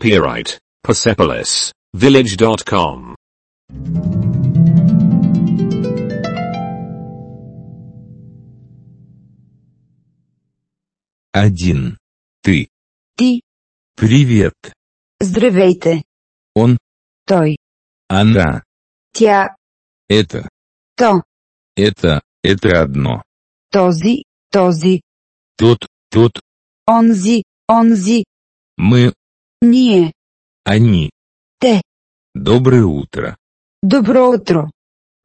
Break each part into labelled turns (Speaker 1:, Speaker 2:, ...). Speaker 1: Copyright Persepolis Village.com.
Speaker 2: Один. Ты.
Speaker 3: Ти.
Speaker 2: Привет.
Speaker 3: Здравейте.
Speaker 2: Он.
Speaker 3: Той.
Speaker 2: Она.
Speaker 3: Тя.
Speaker 2: Это.
Speaker 3: То.
Speaker 2: Это. Это одно.
Speaker 3: Този. Този.
Speaker 2: Тот. Тот.
Speaker 3: Онзи. Онзи.
Speaker 2: Мы.
Speaker 3: Ние.
Speaker 2: Они.
Speaker 3: Те.
Speaker 2: Доброе утро.
Speaker 3: Добро утро.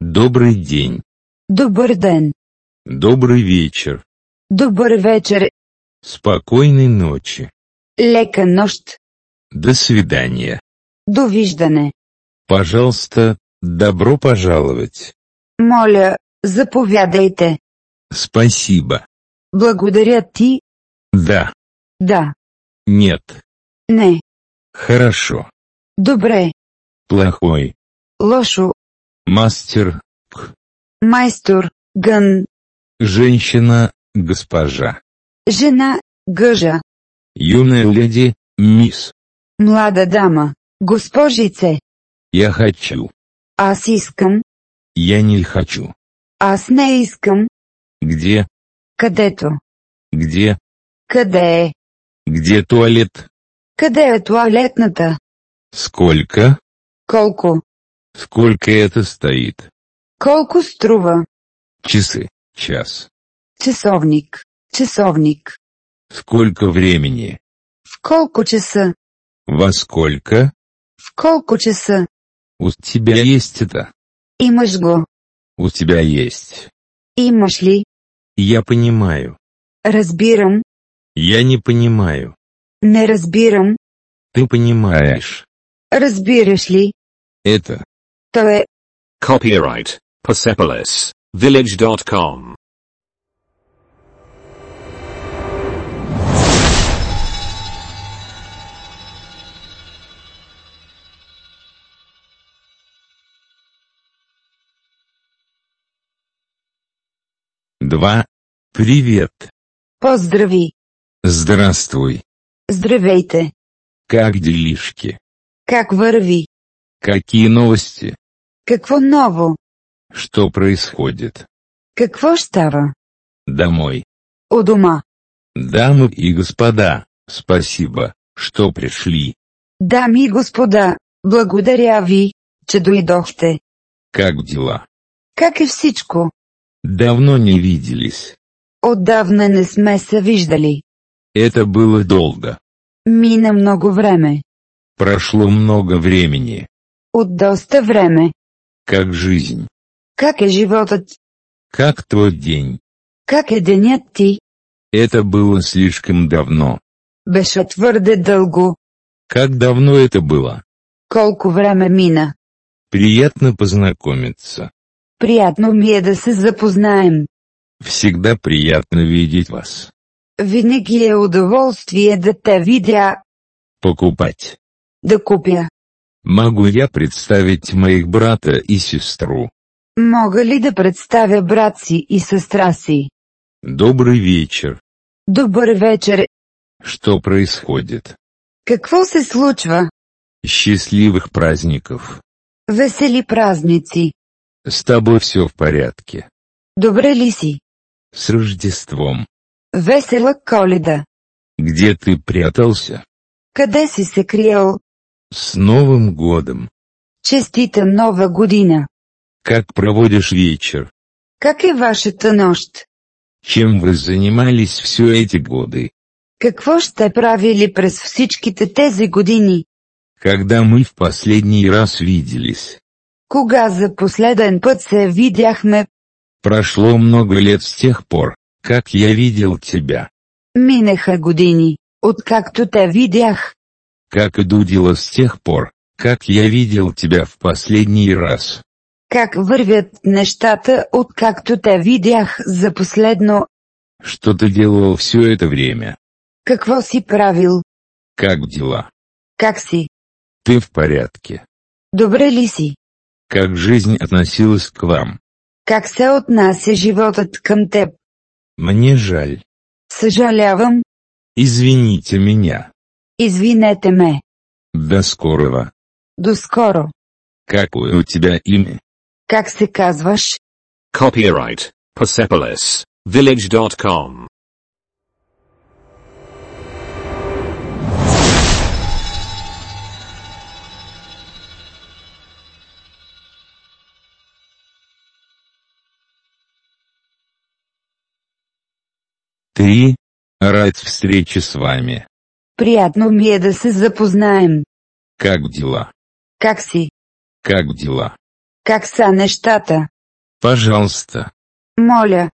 Speaker 2: Добрый день.
Speaker 3: Добър ден.
Speaker 2: Добрый вечер.
Speaker 3: Добър вечер.
Speaker 2: Спокойной ночи.
Speaker 3: Лека нощ.
Speaker 2: До свидания.
Speaker 3: Довиждане.
Speaker 2: Пожалуйста, добро пожаловать.
Speaker 3: Моля, заповядайте.
Speaker 2: Спасибо.
Speaker 3: Благодаря ти.
Speaker 2: Да.
Speaker 3: Да.
Speaker 2: Нет.
Speaker 3: Не.
Speaker 2: Хорошо.
Speaker 3: Добре.
Speaker 2: Плохой.
Speaker 3: Лошо.
Speaker 2: Мастер.
Speaker 3: Майстор. Гън.
Speaker 2: Женщина. Госпожа.
Speaker 3: Жена. Гъжа.
Speaker 2: Юная леди. Мисс.
Speaker 3: Млада дама. Госпожице.
Speaker 2: Я хочу.
Speaker 3: Аз искам.
Speaker 2: Я не хочу.
Speaker 3: Аз не искам.
Speaker 2: Где?
Speaker 3: Където.
Speaker 2: Где?
Speaker 3: Къде е?
Speaker 2: Где туалет?
Speaker 3: Къде е туалетната?
Speaker 2: Сколько?
Speaker 3: Колко?
Speaker 2: Сколько это стоит?
Speaker 3: Колко струва?
Speaker 2: Часы. Час.
Speaker 3: Часовник. Часовник.
Speaker 2: Сколько времени?
Speaker 3: В колко часа?
Speaker 2: Во сколько?
Speaker 3: В колко часа?
Speaker 2: У тебя есть это?
Speaker 3: Имаш го.
Speaker 2: У тебя есть.
Speaker 3: Имаш ли?
Speaker 2: Я понимаю.
Speaker 3: Разбирам.
Speaker 2: Я не понимаю.
Speaker 3: Не разбирам.
Speaker 2: Ты понимаешь.
Speaker 3: Разбираш ли?
Speaker 2: Это.
Speaker 3: То е.
Speaker 1: Э, Copyright Persepolis Village.com.
Speaker 2: Два. Привет.
Speaker 3: Поздрави.
Speaker 2: Здравствуй.
Speaker 3: Здравейте.
Speaker 2: Как делишки?
Speaker 3: Как върви?
Speaker 2: Какие новости?
Speaker 3: Какво ново?
Speaker 2: Что происходит?
Speaker 3: Какво става?
Speaker 2: Домой.
Speaker 3: У дома.
Speaker 2: Дамы и господа, спасибо, что пришли.
Speaker 3: Дами и господа, благодаря ви, че дойдохте.
Speaker 2: Как дела?
Speaker 3: Как е всичко?
Speaker 2: Давно не виделись.
Speaker 3: Отдавна не сме се виждали.
Speaker 2: Это было долго.
Speaker 3: Мина много време.
Speaker 2: Прошло много времени.
Speaker 3: От доста време.
Speaker 2: Как жизнь?
Speaker 3: Как е животът?
Speaker 2: Как твой день?
Speaker 3: Как е денят ти?
Speaker 2: Это было слишком давно.
Speaker 3: Беше твърде дълго.
Speaker 2: Как давно это было?
Speaker 3: Колко време мина?
Speaker 2: Приятно познакомиться.
Speaker 3: Приятно ми е да се запознаем.
Speaker 2: Всегда приятно видеть вас.
Speaker 3: Винаги е удоволствие да те видя,
Speaker 2: Покупать.
Speaker 3: да купя.
Speaker 2: Могу я представить моих брата и сестру?
Speaker 3: Мога ли да представя брат си и сестра си?
Speaker 2: Добрый вечер.
Speaker 3: Добър вечер.
Speaker 2: Что происходит?
Speaker 3: Какво се случва?
Speaker 2: Счастливых праздников.
Speaker 3: Весели празници.
Speaker 2: С тобой все в порядке.
Speaker 3: Добре ли си?
Speaker 2: С Рождеством.
Speaker 3: Весела коледа.
Speaker 2: Где ты прятался?
Speaker 3: Къде си се криел?
Speaker 2: С Новым годом.
Speaker 3: Честита нова година.
Speaker 2: Как проводишь вечер?
Speaker 3: Как е вашата нощ?
Speaker 2: Чем вы занимались все эти годы?
Speaker 3: Какво сте правили през всичките тези години?
Speaker 2: Когда мы в последний раз виделись?
Speaker 3: Кога за последен път се видяхме,
Speaker 2: Прошло много лет с тех пор, как я видел тебя.
Speaker 3: минаха години, откакто те видях.
Speaker 2: Как иду дела с тех пор, как я видел тебя в последний раз.
Speaker 3: Как вървят нещата, откакто те видях за последно,
Speaker 2: Что ты делал все это время?
Speaker 3: какво си правил,
Speaker 2: Как дела?
Speaker 3: как си,
Speaker 2: Ты в порядке?
Speaker 3: добре ли си,
Speaker 2: Как жизнь относилась к вам?
Speaker 3: как се отнася животът към теб.
Speaker 2: Мне жаль.
Speaker 3: Съжалявам,
Speaker 2: Извините меня.
Speaker 3: извинете ме,
Speaker 2: До скорого.
Speaker 3: До скоро.
Speaker 2: Какое у тебя имя?
Speaker 3: Как се казваш?
Speaker 1: Copyright Persepolis Village.com.
Speaker 2: Три. Рад встрече с вами.
Speaker 3: Приятно ми е да се запознаем.
Speaker 2: Как дела?
Speaker 3: Как си?
Speaker 2: Как дела?
Speaker 3: Как са нещата?
Speaker 2: Пожалуйста.
Speaker 3: Моля,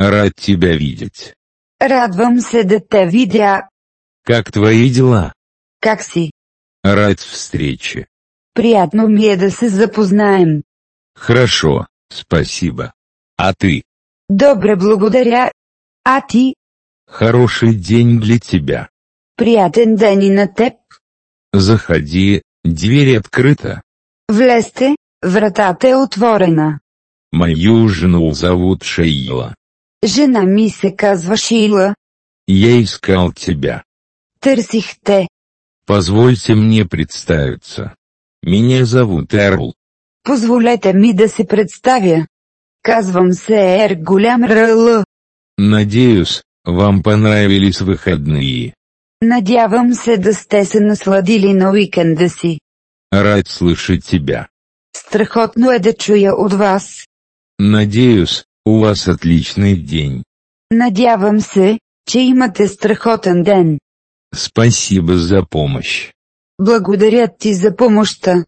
Speaker 2: Рад тебя видеть.
Speaker 3: радвам се да те видя.
Speaker 2: Как твои дела?
Speaker 3: Как си?
Speaker 2: Рад встрече.
Speaker 3: Приятно ми е да се запознаем.
Speaker 2: Хорошо, спасибо. А ты?
Speaker 3: Добре, благодаря. А ти?
Speaker 2: Хороший день для тебя.
Speaker 3: Приятен ден и на теб.
Speaker 2: Заходи, дверь открыта.
Speaker 3: Влезте, вратата е отворена.
Speaker 2: Мою жену зовут Шаила.
Speaker 3: Жена ми се казва Шила.
Speaker 2: Я искал тебя.
Speaker 3: Търсих те.
Speaker 2: Позвольте мне представиться. Меня зовут Эрл.
Speaker 3: Позволете ми да се представя. Казвам се Ер Голям РЛ.
Speaker 2: Надеюсь, вам понравились выходные.
Speaker 3: Надявам се да сте се насладили на уикенда си.
Speaker 2: Рад слышать тебя.
Speaker 3: Страхотно е да чуя от вас.
Speaker 2: Надеюсь, у вас отличный день.
Speaker 3: Надявам се, че имате страхотен ден.
Speaker 2: Спасибо за помощь.
Speaker 3: Благодаря ти за помощта.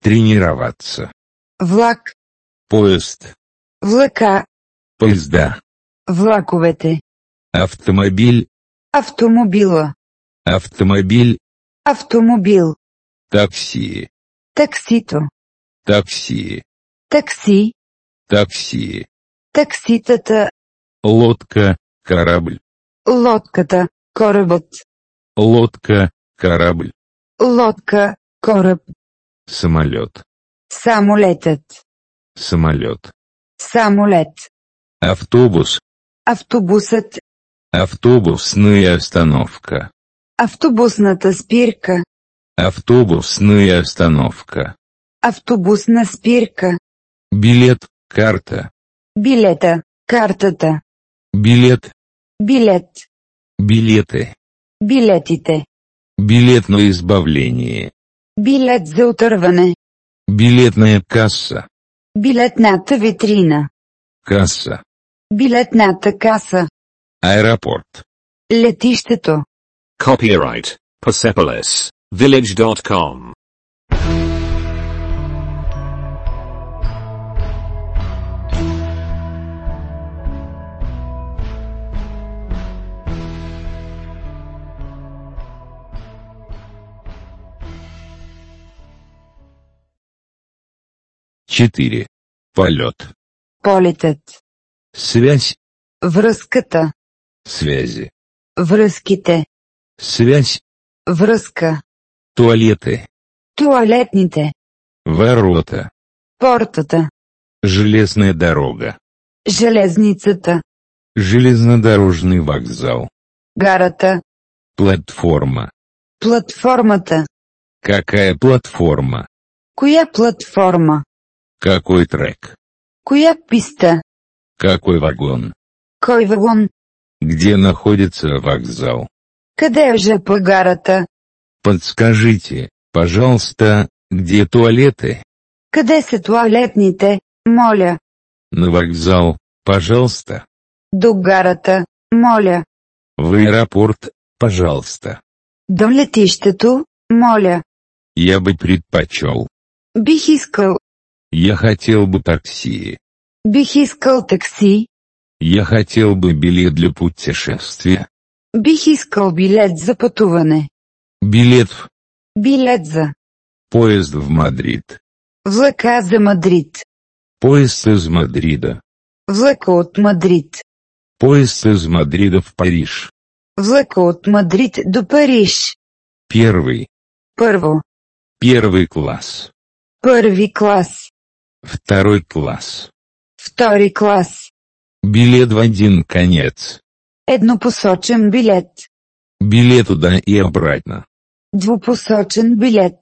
Speaker 2: Тренироваться.
Speaker 3: Влак,
Speaker 2: Поезд.
Speaker 3: влака,
Speaker 2: Поезда.
Speaker 3: влаковете,
Speaker 2: Автомобиль.
Speaker 3: автомобила,
Speaker 2: Автомобиль.
Speaker 3: автомобил,
Speaker 2: Такси.
Speaker 3: таксито,
Speaker 2: Такси.
Speaker 3: такси,
Speaker 2: Такси.
Speaker 3: такситата,
Speaker 2: Лодка. Корабль.
Speaker 3: лодката, корабът,
Speaker 2: Лодка. Корабль.
Speaker 3: лодка, кораб,
Speaker 2: Самолет.
Speaker 3: самолетът,
Speaker 2: Самолет.
Speaker 3: самолет,
Speaker 2: Автобус.
Speaker 3: автобусът,
Speaker 2: Автобусная остановка.
Speaker 3: автобусната спирка,
Speaker 2: Автобусная остановка.
Speaker 3: автобусна спирка,
Speaker 2: Билет. Карта.
Speaker 3: билета, картата,
Speaker 2: Билет.
Speaker 3: билет,
Speaker 2: Билеты.
Speaker 3: билетите,
Speaker 2: Билет на избавление.
Speaker 3: билет за отърване,
Speaker 2: Билетная касса.
Speaker 3: билетната витрина,
Speaker 2: Касса.
Speaker 3: билетната каса,
Speaker 2: Аэропорт.
Speaker 3: летището.
Speaker 1: Copyright Persepolis Village.com.
Speaker 2: Четыре. Полет.
Speaker 3: полетът,
Speaker 2: Связь.
Speaker 3: връзката,
Speaker 2: Связи.
Speaker 3: връзките,
Speaker 2: Связь.
Speaker 3: връзка,
Speaker 2: Туалеты.
Speaker 3: туалетните,
Speaker 2: Ворота.
Speaker 3: портата,
Speaker 2: Железная дорога.
Speaker 3: железницата,
Speaker 2: Железнодорожный вокзал.
Speaker 3: гарата,
Speaker 2: Платформа.
Speaker 3: платформата.
Speaker 2: Какая платформа?
Speaker 3: Коя платформа?
Speaker 2: Какой трек?
Speaker 3: Коя писта?
Speaker 2: Какой вагон?
Speaker 3: Кой вагон?
Speaker 2: Где находится вокзал?
Speaker 3: Къде е жп гарата?
Speaker 2: Подскажите, пожалуйста, где туалеты?
Speaker 3: Къде са туалетните? Моля.
Speaker 2: На вокзал, пожалуйста.
Speaker 3: До гарата. Моля.
Speaker 2: В аэропорт, пожалуйста.
Speaker 3: До летището. Моля.
Speaker 2: Я бы предпочел.
Speaker 3: Бих искал.
Speaker 2: Я хотел бы такси.
Speaker 3: Бих искал такси.
Speaker 2: Я хотел бы билет для путешествия.
Speaker 3: Бих искал билет за пътуване.
Speaker 2: Билет в
Speaker 3: Билет за.
Speaker 2: поезд в Мадрид.
Speaker 3: Влака за Мадрид.
Speaker 2: Поезд из Мадрида.
Speaker 3: Влака от Мадрид.
Speaker 2: Поезд из Мадрида в Париж.
Speaker 3: Влака от Мадрид до Париж.
Speaker 2: Первый.
Speaker 3: Първо.
Speaker 2: Первый класс.
Speaker 3: Първи клас.
Speaker 2: Второй класс.
Speaker 3: Втори клас.
Speaker 2: Билет в один конец.
Speaker 3: Еднопосочен билет.
Speaker 2: Билет туда и обратно.
Speaker 3: Двупосочен билет.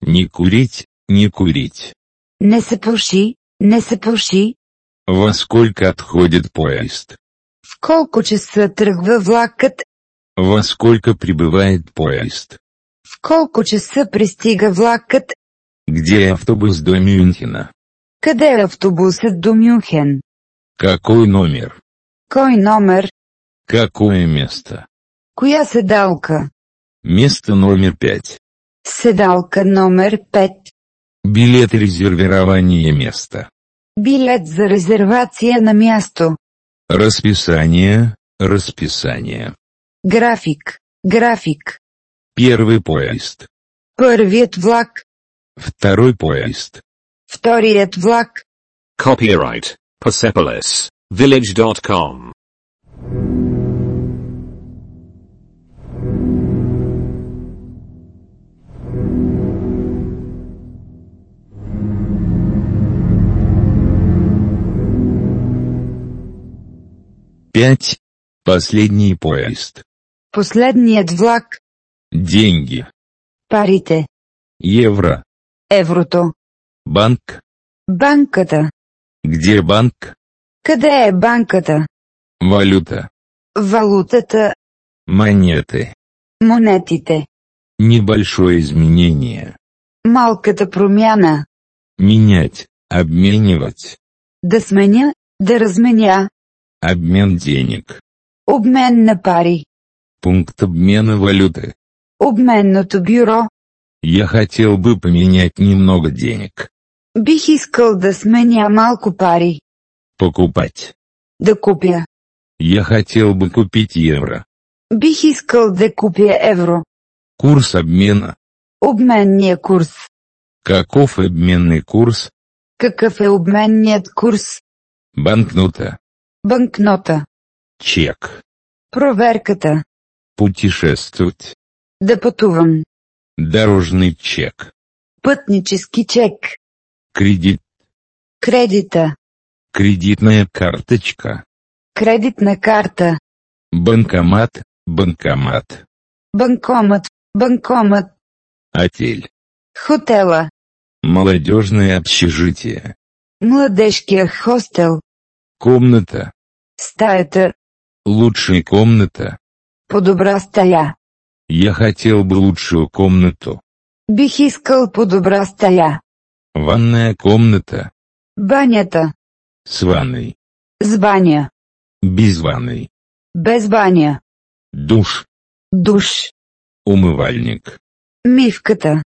Speaker 2: Не курить, не курить.
Speaker 3: Не се пуши, не се пуши.
Speaker 2: Во сколько отходит поезд?
Speaker 3: В колко часа тръгва влакът?
Speaker 2: Во сколько прибывает поезд?
Speaker 3: В колко часа пристига влакът?
Speaker 2: Где автобус до Мюнхена?
Speaker 3: Къде е автобусът до Мюнхен?
Speaker 2: Какой номер?
Speaker 3: Кой номер?
Speaker 2: Какое место?
Speaker 3: Коя седалка?
Speaker 2: Место номер пять.
Speaker 3: Седалка номер 5.
Speaker 2: Билет резервирования места.
Speaker 3: Билет за резервация на място.
Speaker 2: Расписание, расписание.
Speaker 3: График. График.
Speaker 2: Первый поезд.
Speaker 3: Първият влак.
Speaker 2: Второй поезд.
Speaker 3: Вторият влак.
Speaker 1: Copyright Persepolis Village.com.
Speaker 2: Пять. Последний поезд.
Speaker 3: Последният влак.
Speaker 2: Деньги.
Speaker 3: Парите.
Speaker 2: Евро.
Speaker 3: Еврото.
Speaker 2: Банк.
Speaker 3: Банката.
Speaker 2: Где банк?
Speaker 3: Къде е банката?
Speaker 2: Валюта.
Speaker 3: Валутата.
Speaker 2: Монеты.
Speaker 3: Монетите.
Speaker 2: Небольшое изменение.
Speaker 3: Малката промяна.
Speaker 2: Менять. Обменивать.
Speaker 3: Да сменя. Да разменя.
Speaker 2: Обмен денег.
Speaker 3: Обмен на пари.
Speaker 2: Пункт обмена валюты.
Speaker 3: Обменното бюро.
Speaker 2: Я хотел бы поменять немного денег.
Speaker 3: Бих искал да сменя малко пари.
Speaker 2: Покупать.
Speaker 3: Да купя.
Speaker 2: Я хотел бы купить евро.
Speaker 3: Бих искал да купя евро.
Speaker 2: Курс обмена.
Speaker 3: Обменния курс.
Speaker 2: Каков обменный курс?
Speaker 3: Какъв е обменният курс?
Speaker 2: Банкнота.
Speaker 3: Банкнота.
Speaker 2: Чек.
Speaker 3: Проверката.
Speaker 2: Путешествовать.
Speaker 3: Да пътувам.
Speaker 2: Дорожный чек.
Speaker 3: Пътнически чек.
Speaker 2: Кредит.
Speaker 3: Кредита.
Speaker 2: Кредитная карточка.
Speaker 3: Кредитна карта.
Speaker 2: Банкомат. Банкомат.
Speaker 3: Банкомат. Банкомат.
Speaker 2: Отель.
Speaker 3: Хотела.
Speaker 2: Молодежное общежитие.
Speaker 3: Младежкия хостел.
Speaker 2: Комната.
Speaker 3: Стаята.
Speaker 2: Лучшая комната.
Speaker 3: По-добра стая.
Speaker 2: Я хотел бы лучшую комнату.
Speaker 3: Бих искал по-добра стая.
Speaker 2: Ванная комната.
Speaker 3: Банята.
Speaker 2: С ванной.
Speaker 3: С баня.
Speaker 2: Без ванной.
Speaker 3: Без баня.
Speaker 2: Душ.
Speaker 3: Душ.
Speaker 2: Умывальник.
Speaker 3: Мивката.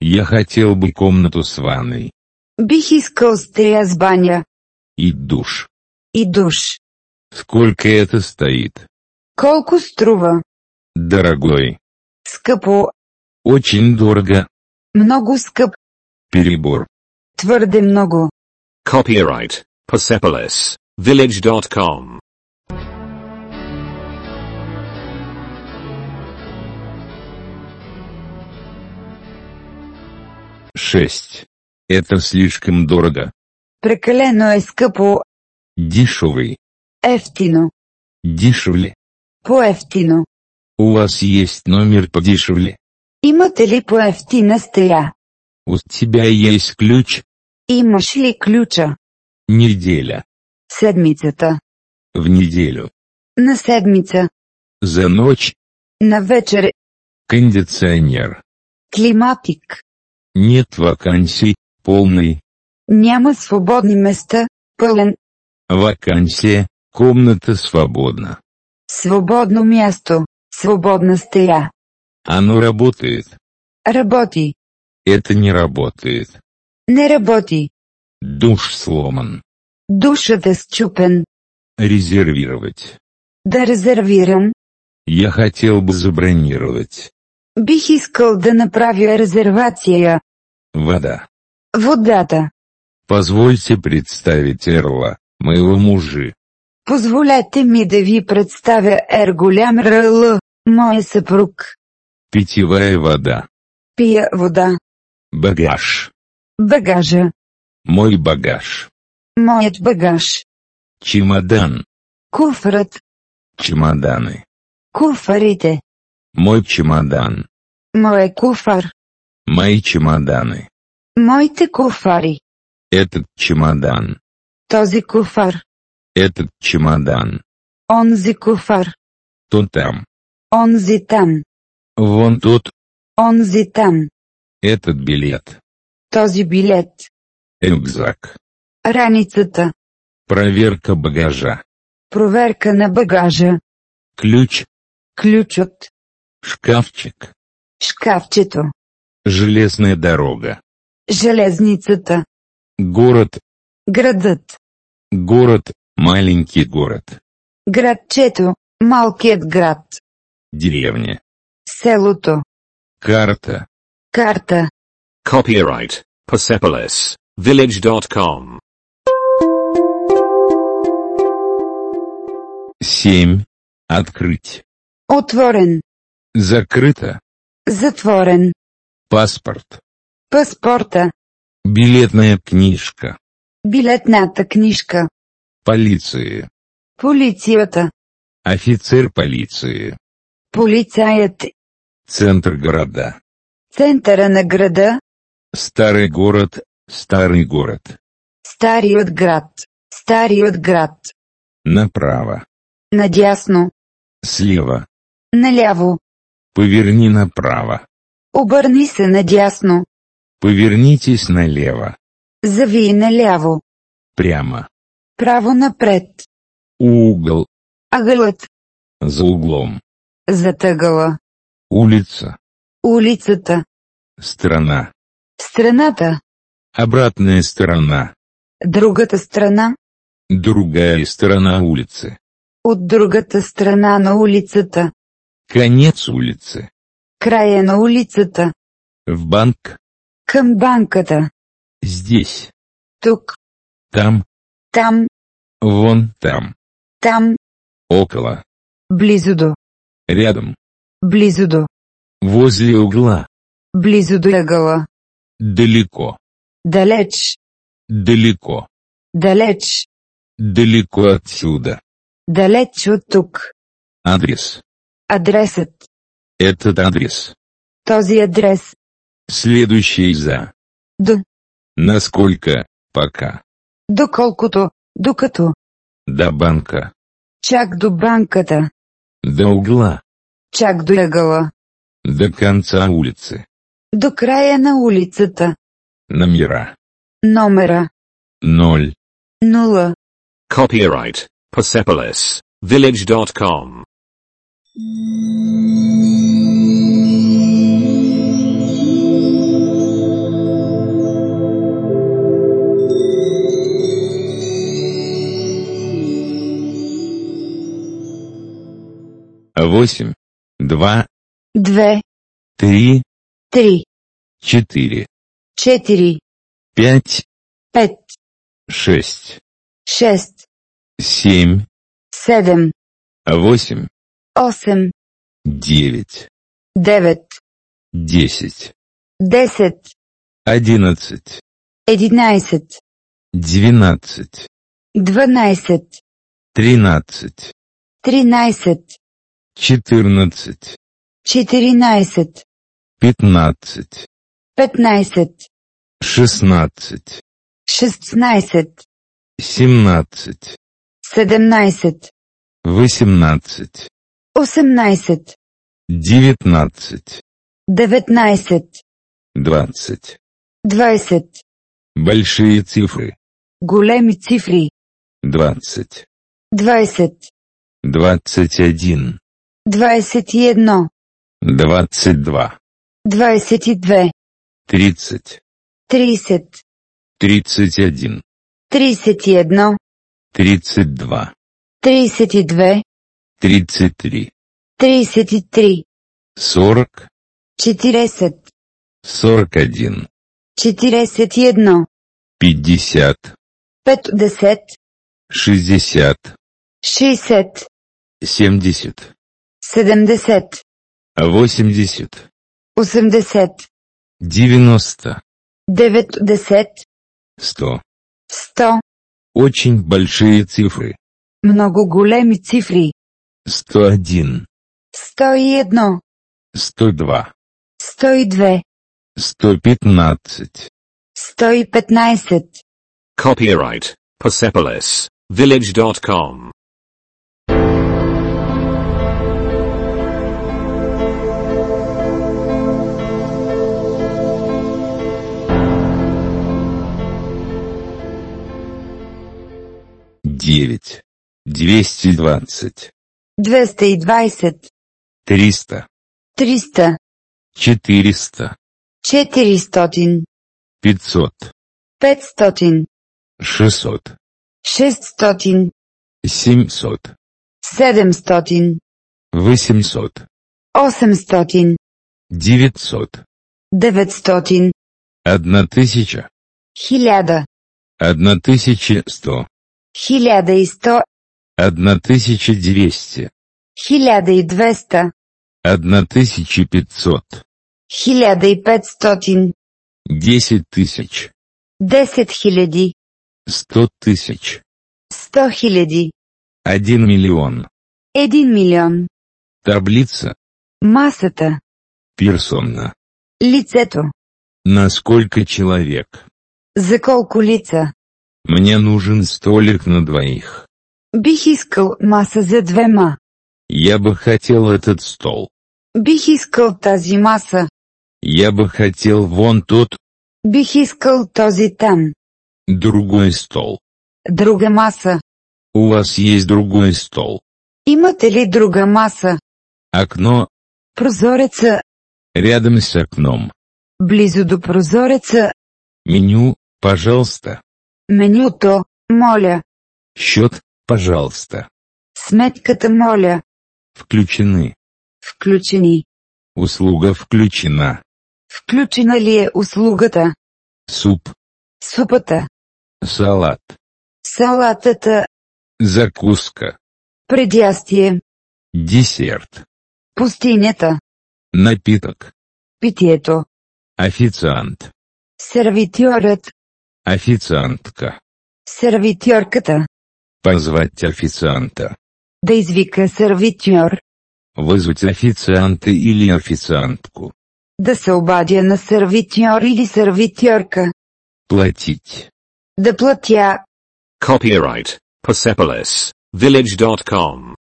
Speaker 2: Я хотел бы комнату с ванной.
Speaker 3: Бих искал стая с баня.
Speaker 2: И душ.
Speaker 3: И душ.
Speaker 2: Сколько это стоит?
Speaker 3: Колко струва?
Speaker 2: Дорогой.
Speaker 3: Скъпо.
Speaker 2: Очень дорого.
Speaker 3: Много скъп.
Speaker 2: Перебор.
Speaker 3: Твърде много.
Speaker 1: Copyright Persepolis Village.com.
Speaker 2: Шесть. Это слишком дорого.
Speaker 3: Прекалено е скъпо.
Speaker 2: Дешевый.
Speaker 3: Ефтино.
Speaker 2: Дешевле.
Speaker 3: По-ефтино.
Speaker 2: У вас есть номер подешевле?
Speaker 3: Имате ли по-ефтина стая?
Speaker 2: У тебя есть ключ?
Speaker 3: Имаш ли ключа?
Speaker 2: Неделя.
Speaker 3: Седмицата.
Speaker 2: В неделю.
Speaker 3: На седмица.
Speaker 2: За ночь.
Speaker 3: На вечер.
Speaker 2: Кондиционер.
Speaker 3: Климатик.
Speaker 2: Нет вакансий. Полный.
Speaker 3: Няма свободни места. Пълен.
Speaker 2: Вакансия. Комната свободна.
Speaker 3: Свободно място. Свободна стая.
Speaker 2: Оно работает.
Speaker 3: Работи.
Speaker 2: Это не работает.
Speaker 3: Не работи.
Speaker 2: Душ сломан.
Speaker 3: Душът е счупен.
Speaker 2: Резервировать.
Speaker 3: Да резервирам.
Speaker 2: Я хотел бы забронировать.
Speaker 3: Бих искал да направя резервация.
Speaker 2: Вода.
Speaker 3: Водата.
Speaker 2: Позвольте представить Эрла, моего мужа.
Speaker 3: Позволете ми да ви представя Ерголям Ръл, моя съпруг.
Speaker 2: Питьевая вода.
Speaker 3: Пия вода.
Speaker 2: Багаж.
Speaker 3: Багажа.
Speaker 2: Мой багаж.
Speaker 3: Моят багаж.
Speaker 2: Чемодан.
Speaker 3: Куфърът.
Speaker 2: Чемоданы.
Speaker 3: Куфарите.
Speaker 2: Мой чемодан.
Speaker 3: Моя куфар.
Speaker 2: Мои чемоданы.
Speaker 3: Моите куфари.
Speaker 2: Этот чемодан.
Speaker 3: Този куфар.
Speaker 2: Этот чемодан.
Speaker 3: Онзи куфар.
Speaker 2: То там.
Speaker 3: Онзи там.
Speaker 2: Вон тот.
Speaker 3: Онзи там.
Speaker 2: Этот билет.
Speaker 3: Този билет.
Speaker 2: Рюкзак.
Speaker 3: Раницата.
Speaker 2: Проверка багажа.
Speaker 3: Проверка на багажа.
Speaker 2: Ключ.
Speaker 3: Ключът.
Speaker 2: Шкафчик.
Speaker 3: Шкафчето.
Speaker 2: Железная дорога.
Speaker 3: Железницата.
Speaker 2: Город.
Speaker 3: Градът.
Speaker 2: Город. Маленький город.
Speaker 3: Градчето. Малкият град.
Speaker 2: Деревня.
Speaker 3: Селото.
Speaker 2: Карта.
Speaker 3: Карта.
Speaker 1: Copyright Persepolis Village.com.
Speaker 2: Семь. Открыть.
Speaker 3: Отворен.
Speaker 2: Закрыто.
Speaker 3: Затворен.
Speaker 2: Паспорт.
Speaker 3: Паспорта.
Speaker 2: Билетная книжка.
Speaker 3: Билетната книжка.
Speaker 2: Полиции.
Speaker 3: Полицията.
Speaker 2: Офицер полиции.
Speaker 3: Полицаят.
Speaker 2: Центр города.
Speaker 3: Центъра на града.
Speaker 2: Старый город. Старый город.
Speaker 3: Старият град. Старият град.
Speaker 2: Направо.
Speaker 3: Надясно.
Speaker 2: Слева.
Speaker 3: Наляво.
Speaker 2: Поверни направо.
Speaker 3: Обърни се надясно.
Speaker 2: Повернитесь налево.
Speaker 3: Завий наляво.
Speaker 2: Прямо.
Speaker 3: Право напред.
Speaker 2: Угол.
Speaker 3: Агълът.
Speaker 2: За углом.
Speaker 3: Затъгъла.
Speaker 2: Улица.
Speaker 3: Улицата.
Speaker 2: Страна.
Speaker 3: Страната.
Speaker 2: Обратная сторона.
Speaker 3: Другата страна.
Speaker 2: Другая сторона улицы.
Speaker 3: От другата страна на улицата.
Speaker 2: Конец улицы.
Speaker 3: Края на улицата.
Speaker 2: В банк.
Speaker 3: Към банката.
Speaker 2: Здесь.
Speaker 3: Тук.
Speaker 2: Там.
Speaker 3: Там.
Speaker 2: Вон там.
Speaker 3: Там.
Speaker 2: Около.
Speaker 3: Близо до.
Speaker 2: Рядом.
Speaker 3: Близо до.
Speaker 2: Возле угла.
Speaker 3: Близо до ъгъла.
Speaker 2: Далеко.
Speaker 3: Далеч.
Speaker 2: Далеко.
Speaker 3: Далеч.
Speaker 2: Далеко отсюда.
Speaker 3: Далеч от тук.
Speaker 2: Адрес.
Speaker 3: Адресът.
Speaker 2: Этот адрес.
Speaker 3: Този адрес.
Speaker 2: Следующий за.
Speaker 3: До.
Speaker 2: Насколько. Пока.
Speaker 3: Доколкото. Докато.
Speaker 2: До банка.
Speaker 3: Чак до банката.
Speaker 2: До угла.
Speaker 3: Чак до ъгъла.
Speaker 2: До конца улицы.
Speaker 3: До края на улицата.
Speaker 2: Номера.
Speaker 3: Номера.
Speaker 2: Ноль.
Speaker 3: Нула.
Speaker 1: Copyright Persepolis Village.com.
Speaker 2: Восемь. Два.
Speaker 3: Две.
Speaker 2: Три.
Speaker 3: Три.
Speaker 2: Четыре.
Speaker 3: Четири.
Speaker 2: Пять.
Speaker 3: Пет.
Speaker 2: Шесть.
Speaker 3: Шест.
Speaker 2: Семь.
Speaker 3: Седем.
Speaker 2: Восемь.
Speaker 3: Осем.
Speaker 2: Девять.
Speaker 3: Девет.
Speaker 2: Десять.
Speaker 3: Десет.
Speaker 2: Одиннадцать.
Speaker 3: Единайсет.
Speaker 2: Двенадцать.
Speaker 3: Дванайсет.
Speaker 2: Тринадцать.
Speaker 3: Тринайсет.
Speaker 2: Четырнадцать.
Speaker 3: Четиринайсет.
Speaker 2: Пятнадцать.
Speaker 3: Петнайсет.
Speaker 2: Шестнадцать.
Speaker 3: Шестнайсет.
Speaker 2: Семнадцать.
Speaker 3: Седемнайсет.
Speaker 2: Восемнадцать.
Speaker 3: Осемнайсет.
Speaker 2: Девятнадцать.
Speaker 3: Деветнайсет.
Speaker 2: Двадцать.
Speaker 3: Двайсет.
Speaker 2: Большие цифры.
Speaker 3: Големи цифри.
Speaker 2: Двадцать.
Speaker 3: Двайсет.
Speaker 2: Двадцать один.
Speaker 3: Двайсет и едно.
Speaker 2: Двадцать два.
Speaker 3: Двайсет и две.
Speaker 2: Тридцать.
Speaker 3: Трисет.
Speaker 2: Тридцать один.
Speaker 3: Трисет и едно.
Speaker 2: Тридцать два.
Speaker 3: Трисет и две.
Speaker 2: Тридцать три.
Speaker 3: Трисет и три.
Speaker 2: Сорок.
Speaker 3: Четиресет.
Speaker 2: Сорок один.
Speaker 3: 41,
Speaker 2: Пятьдесят.
Speaker 3: 50,
Speaker 2: Шестьдесят.
Speaker 3: 60,
Speaker 2: Семьдесят.
Speaker 3: 70,
Speaker 2: Восемьдесят.
Speaker 3: 80,
Speaker 2: Девяносто.
Speaker 3: 90,
Speaker 2: Сто.
Speaker 3: 100.
Speaker 2: Очень большие цифры.
Speaker 3: Много големи цифри.
Speaker 2: Сто один.
Speaker 3: 101,
Speaker 2: Сто два.
Speaker 3: 102,
Speaker 2: 115.
Speaker 3: 115,
Speaker 1: Copyright Persepolis Village.com.
Speaker 2: девять, двести двадцать,
Speaker 3: 220,
Speaker 2: триста,
Speaker 3: 300,
Speaker 2: четыреста,
Speaker 3: 400,
Speaker 2: пятьсот,
Speaker 3: 500,
Speaker 2: шестьсот,
Speaker 3: 600,
Speaker 2: семьсот,
Speaker 3: 700,
Speaker 2: восемьсот,
Speaker 3: 800,
Speaker 2: девятьсот,
Speaker 3: 900,
Speaker 2: одна тысяча,
Speaker 3: 1000,
Speaker 2: одна тысяча сто,
Speaker 3: 1100,
Speaker 2: одна тысяча двести,
Speaker 3: 1200,
Speaker 2: одна тысяча пятьсот,
Speaker 3: 1500,
Speaker 2: десять тысяч,
Speaker 3: 10 000,
Speaker 2: сто тысяч,
Speaker 3: 100 000,
Speaker 2: один миллион.
Speaker 3: 1 милион.
Speaker 2: Таблица,
Speaker 3: Масата,
Speaker 2: персона.
Speaker 3: лицето,
Speaker 2: Насколько человек?
Speaker 3: за колко лица.
Speaker 2: Мне нужен столик на двоих.
Speaker 3: Бих искал маса за двема.
Speaker 2: Я бы хотел этот стол.
Speaker 3: Бих искал тази маса.
Speaker 2: Я бы хотел вон тот,
Speaker 3: Бих искал този там.
Speaker 2: другой стол.
Speaker 3: Друга маса.
Speaker 2: У вас есть другой стол.
Speaker 3: Имате ли друга маса?
Speaker 2: Окно,
Speaker 3: Прозореца,
Speaker 2: рядом с окном.
Speaker 3: близо до прозореца,
Speaker 2: Меню, пожалуйста.
Speaker 3: менюто, моля,
Speaker 2: Счет, пожалуйста.
Speaker 3: сметката, моля,
Speaker 2: Включены.
Speaker 3: включени.
Speaker 2: Услуга включена.
Speaker 3: Включена ли е услугата?
Speaker 2: Суп,
Speaker 3: Супата,
Speaker 2: салат,
Speaker 3: салатата,
Speaker 2: закуска,
Speaker 3: предястие,
Speaker 2: десерт,
Speaker 3: пустинята,
Speaker 2: напиток,
Speaker 3: питието,
Speaker 2: официант,
Speaker 3: сервитьорът,
Speaker 2: официантка.
Speaker 3: сервитьорката,
Speaker 2: Позвать официанта.
Speaker 3: да извика сервитьор,
Speaker 2: Вызвать официанта или официантку.
Speaker 3: да се обадя на сервитьор или сервитьорка,
Speaker 2: Платить.
Speaker 3: да платя,
Speaker 1: Copyright Persepolis Village.com.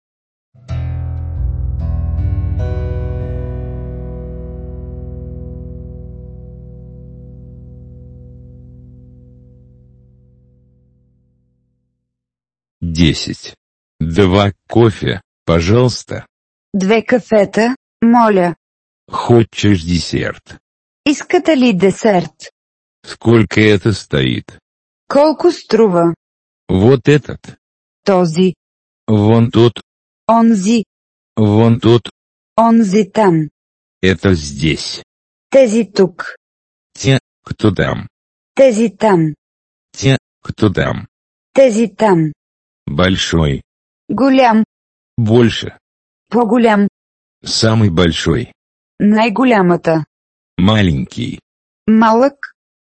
Speaker 2: Десять. Два кофе, пожалуйста.
Speaker 3: две кафета, моля,
Speaker 2: Хочешь десерт?
Speaker 3: искате ли десерт?
Speaker 2: Сколько это стоит?
Speaker 3: Колко струва?
Speaker 2: Вот этот.
Speaker 3: Този,
Speaker 2: Вон тот,
Speaker 3: онзи,
Speaker 2: вон тот.
Speaker 3: онзи там,
Speaker 2: Это здесь.
Speaker 3: тези тук,
Speaker 2: Те, кто там.
Speaker 3: тези там,
Speaker 2: Те, кто там.
Speaker 3: тези там,
Speaker 2: Большой.
Speaker 3: голям,
Speaker 2: Больше.
Speaker 3: по-голям,
Speaker 2: Самый большой.
Speaker 3: най-голямата,
Speaker 2: Маленький.
Speaker 3: малък,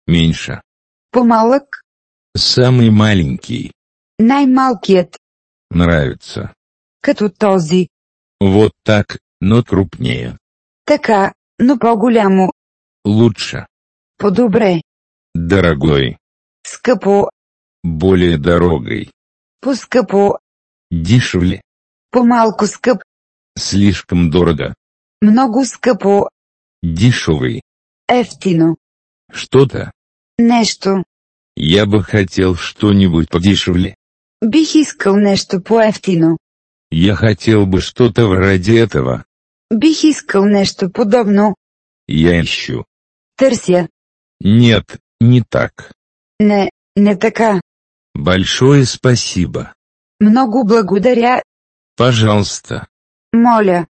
Speaker 2: Меньше.
Speaker 3: по-малък,
Speaker 2: Самый маленький.
Speaker 3: най-малкият,
Speaker 2: Нравится.
Speaker 3: като този,
Speaker 2: Вот так, но крупнее.
Speaker 3: така, но по-голямо,
Speaker 2: Лучше.
Speaker 3: по-добре,
Speaker 2: Дорогой.
Speaker 3: скъпо,
Speaker 2: Более дорогой.
Speaker 3: по-скъпо,
Speaker 2: Дешевле.
Speaker 3: по-малко скъп,
Speaker 2: Слишком дорого.
Speaker 3: много скъпо,
Speaker 2: Дешевый.
Speaker 3: ефтино,
Speaker 2: Что-то.
Speaker 3: нещо.
Speaker 2: Я бы хотел что-нибудь подешевле.
Speaker 3: Бих искал нещо по-ефтино.
Speaker 2: Я хотел бы что-то вроде этого.
Speaker 3: Бих искал нещо подобно.
Speaker 2: Я ищу.
Speaker 3: Търся.
Speaker 2: Нет, не так.
Speaker 3: Не, не така.
Speaker 2: Большое спасибо.
Speaker 3: Много благодаря,
Speaker 2: Пожалуйста.
Speaker 3: моля.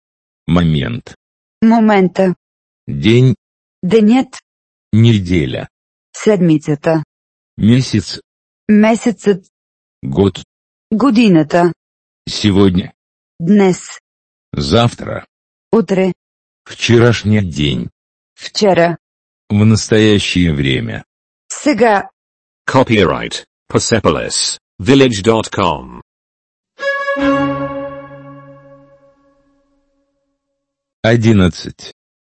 Speaker 2: Момент.
Speaker 3: Момента.
Speaker 2: День,
Speaker 3: Денят.
Speaker 2: неделя,
Speaker 3: Седмицата.
Speaker 2: месяц,
Speaker 3: Месецът.
Speaker 2: год,
Speaker 3: Годината.
Speaker 2: сегодня,
Speaker 3: Днес.
Speaker 2: завтра,
Speaker 3: Утре.
Speaker 2: вчерашний день,
Speaker 3: Вчера.
Speaker 2: в настоящее время.
Speaker 3: Сега.
Speaker 1: Copyright Persepolis Village.com.
Speaker 2: Одиннадцать.